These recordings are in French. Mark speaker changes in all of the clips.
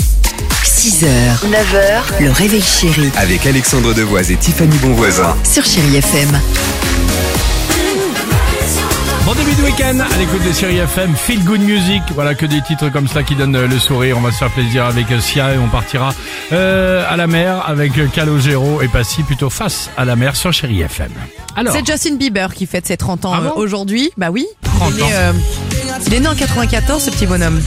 Speaker 1: 6h, 9h, le réveil chéri
Speaker 2: Avec Alexandre Devoise et Tiffany Bonvoisin.
Speaker 1: sur Chérie FM.
Speaker 3: Bon début de week-end à l'écoute de Chérie FM, Feel Good Music. Voilà que des titres comme ça qui donnent euh, le sourire. On va se faire plaisir avec euh, Sia et on partira euh, à la mer avec euh, Calogero et Passy plutôt face à la mer sur Chérie FM. Alors,
Speaker 4: C'est Justin Bieber qui fête ses 30 ans
Speaker 3: Ah
Speaker 4: euh,
Speaker 3: bon
Speaker 4: aujourd'hui. Bah oui.
Speaker 3: 30
Speaker 4: il, est
Speaker 3: ans.
Speaker 4: né, euh, il est né en 94, ce petit bonhomme.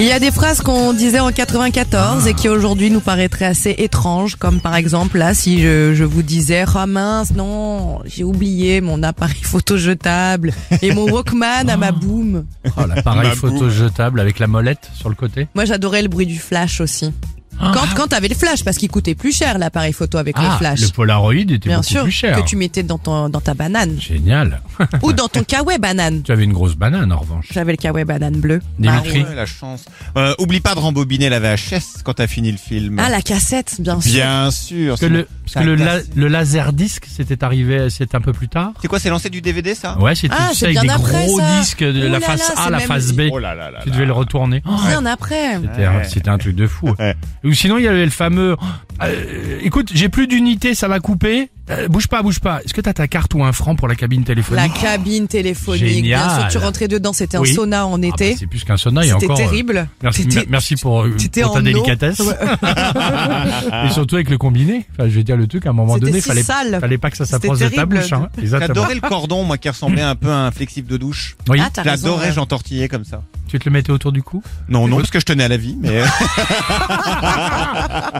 Speaker 4: Il y a des phrases qu'on disait en 94 et qui aujourd'hui nous paraîtraient assez étranges, comme par exemple là, si je, je vous disais « Ah mince, non, j'ai oublié mon appareil photo jetable et mon Walkman à ma boum
Speaker 3: oh, l'appareil photo jetable avec la molette sur le côté. ».
Speaker 4: Moi j'adorais le bruit du flash aussi. Quand, quand t'avais le flash, parce qu'il coûtait plus cher l'appareil photo avec
Speaker 3: Ah,
Speaker 4: le flash.
Speaker 3: le Polaroid était
Speaker 4: Bien
Speaker 3: beaucoup
Speaker 4: sûr,
Speaker 3: plus cher.
Speaker 4: que tu mettais dans, ton, dans ta banane.
Speaker 3: Génial.
Speaker 4: Ou dans ton kawaii banane.
Speaker 3: tu avais une grosse banane en revanche.
Speaker 4: J'avais le kawaii banane bleu. Bah,
Speaker 3: Dimitri.
Speaker 5: Ah Ouais, la chance. Euh, oublie pas de rembobiner la VHS quand t'as fini le film.
Speaker 4: Ah, la cassette, bien sûr.
Speaker 5: Bien sûr.
Speaker 3: Parce que le, parce que
Speaker 5: Ça
Speaker 3: le, la-
Speaker 5: casse.
Speaker 3: le laser disque, c'était arrivé, c'était un peu plus tard.
Speaker 5: C'est quoi, c'est lancé du DVD ça
Speaker 3: Ouais, c'était
Speaker 4: Ah, c'est
Speaker 3: tu sais, avec
Speaker 4: bien
Speaker 3: des
Speaker 4: après,
Speaker 3: gros
Speaker 4: ça.
Speaker 3: disques de
Speaker 4: Ouh
Speaker 3: la
Speaker 4: là
Speaker 3: face
Speaker 4: là,
Speaker 3: A à
Speaker 4: c'est
Speaker 3: la
Speaker 4: même-
Speaker 3: face B.
Speaker 5: Oh là là Ah là.
Speaker 3: Tu devais le retourner. Oh,
Speaker 4: Bien après.
Speaker 3: C'était un- C'était un truc de fou.
Speaker 5: Ouais.
Speaker 3: Ou sinon, il y avait le fameux euh, Écoute, j'ai plus d'unité, ça va couper. Euh, bouge pas, bouge pas. Est-ce que t'as ta carte ou un franc pour la cabine
Speaker 4: La
Speaker 3: téléphonique Ah,
Speaker 4: cabine téléphonique. Bien sûr,
Speaker 3: Génial.
Speaker 4: tu rentrais dedans, c'était un
Speaker 3: Oui.
Speaker 4: sauna en
Speaker 3: Ah bah,
Speaker 4: été.
Speaker 3: C'est plus qu'un sauna, il y a
Speaker 4: c'était
Speaker 3: encore. euh,
Speaker 4: terrible.
Speaker 3: Merci,
Speaker 4: T'étais-
Speaker 3: mer- merci pour, euh,
Speaker 4: t'étais
Speaker 3: pour ta
Speaker 4: en eau.
Speaker 3: délicatesse.
Speaker 4: Ouais.
Speaker 3: Et surtout avec le combiné. Enfin, je vais dire le truc, à un moment
Speaker 4: C'était
Speaker 3: donné,
Speaker 4: si
Speaker 3: fallait,
Speaker 4: sale.
Speaker 3: fallait pas que ça
Speaker 4: C'était
Speaker 3: s'approche de ta
Speaker 4: terrible.
Speaker 3: bouche. hein. Exactement.
Speaker 5: J'adorais le cordon, moi, qui ressemblait un peu à un flexible de douche.
Speaker 3: Oui,
Speaker 4: Ah, t'as raison.
Speaker 5: J'adorais,
Speaker 4: ouais.
Speaker 5: j'entortillais comme ça.
Speaker 3: tu te le mettais autour du cou
Speaker 5: Non, non, parce que je tenais à la vie, mais. euh,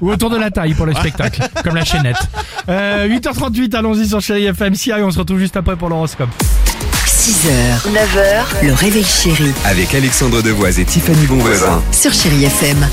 Speaker 3: Ou autour de la taille pour le spectacle, comme la chaînette. Euh, 8h38, allons-y sur Chéri FM. Si, allez, on se retrouve juste après pour l'horoscope.
Speaker 1: 6h, 9h, le réveil chéri
Speaker 2: Avec Alexandre Devoise et Tiffany Bonvoisin.
Speaker 1: sur Chérie FM.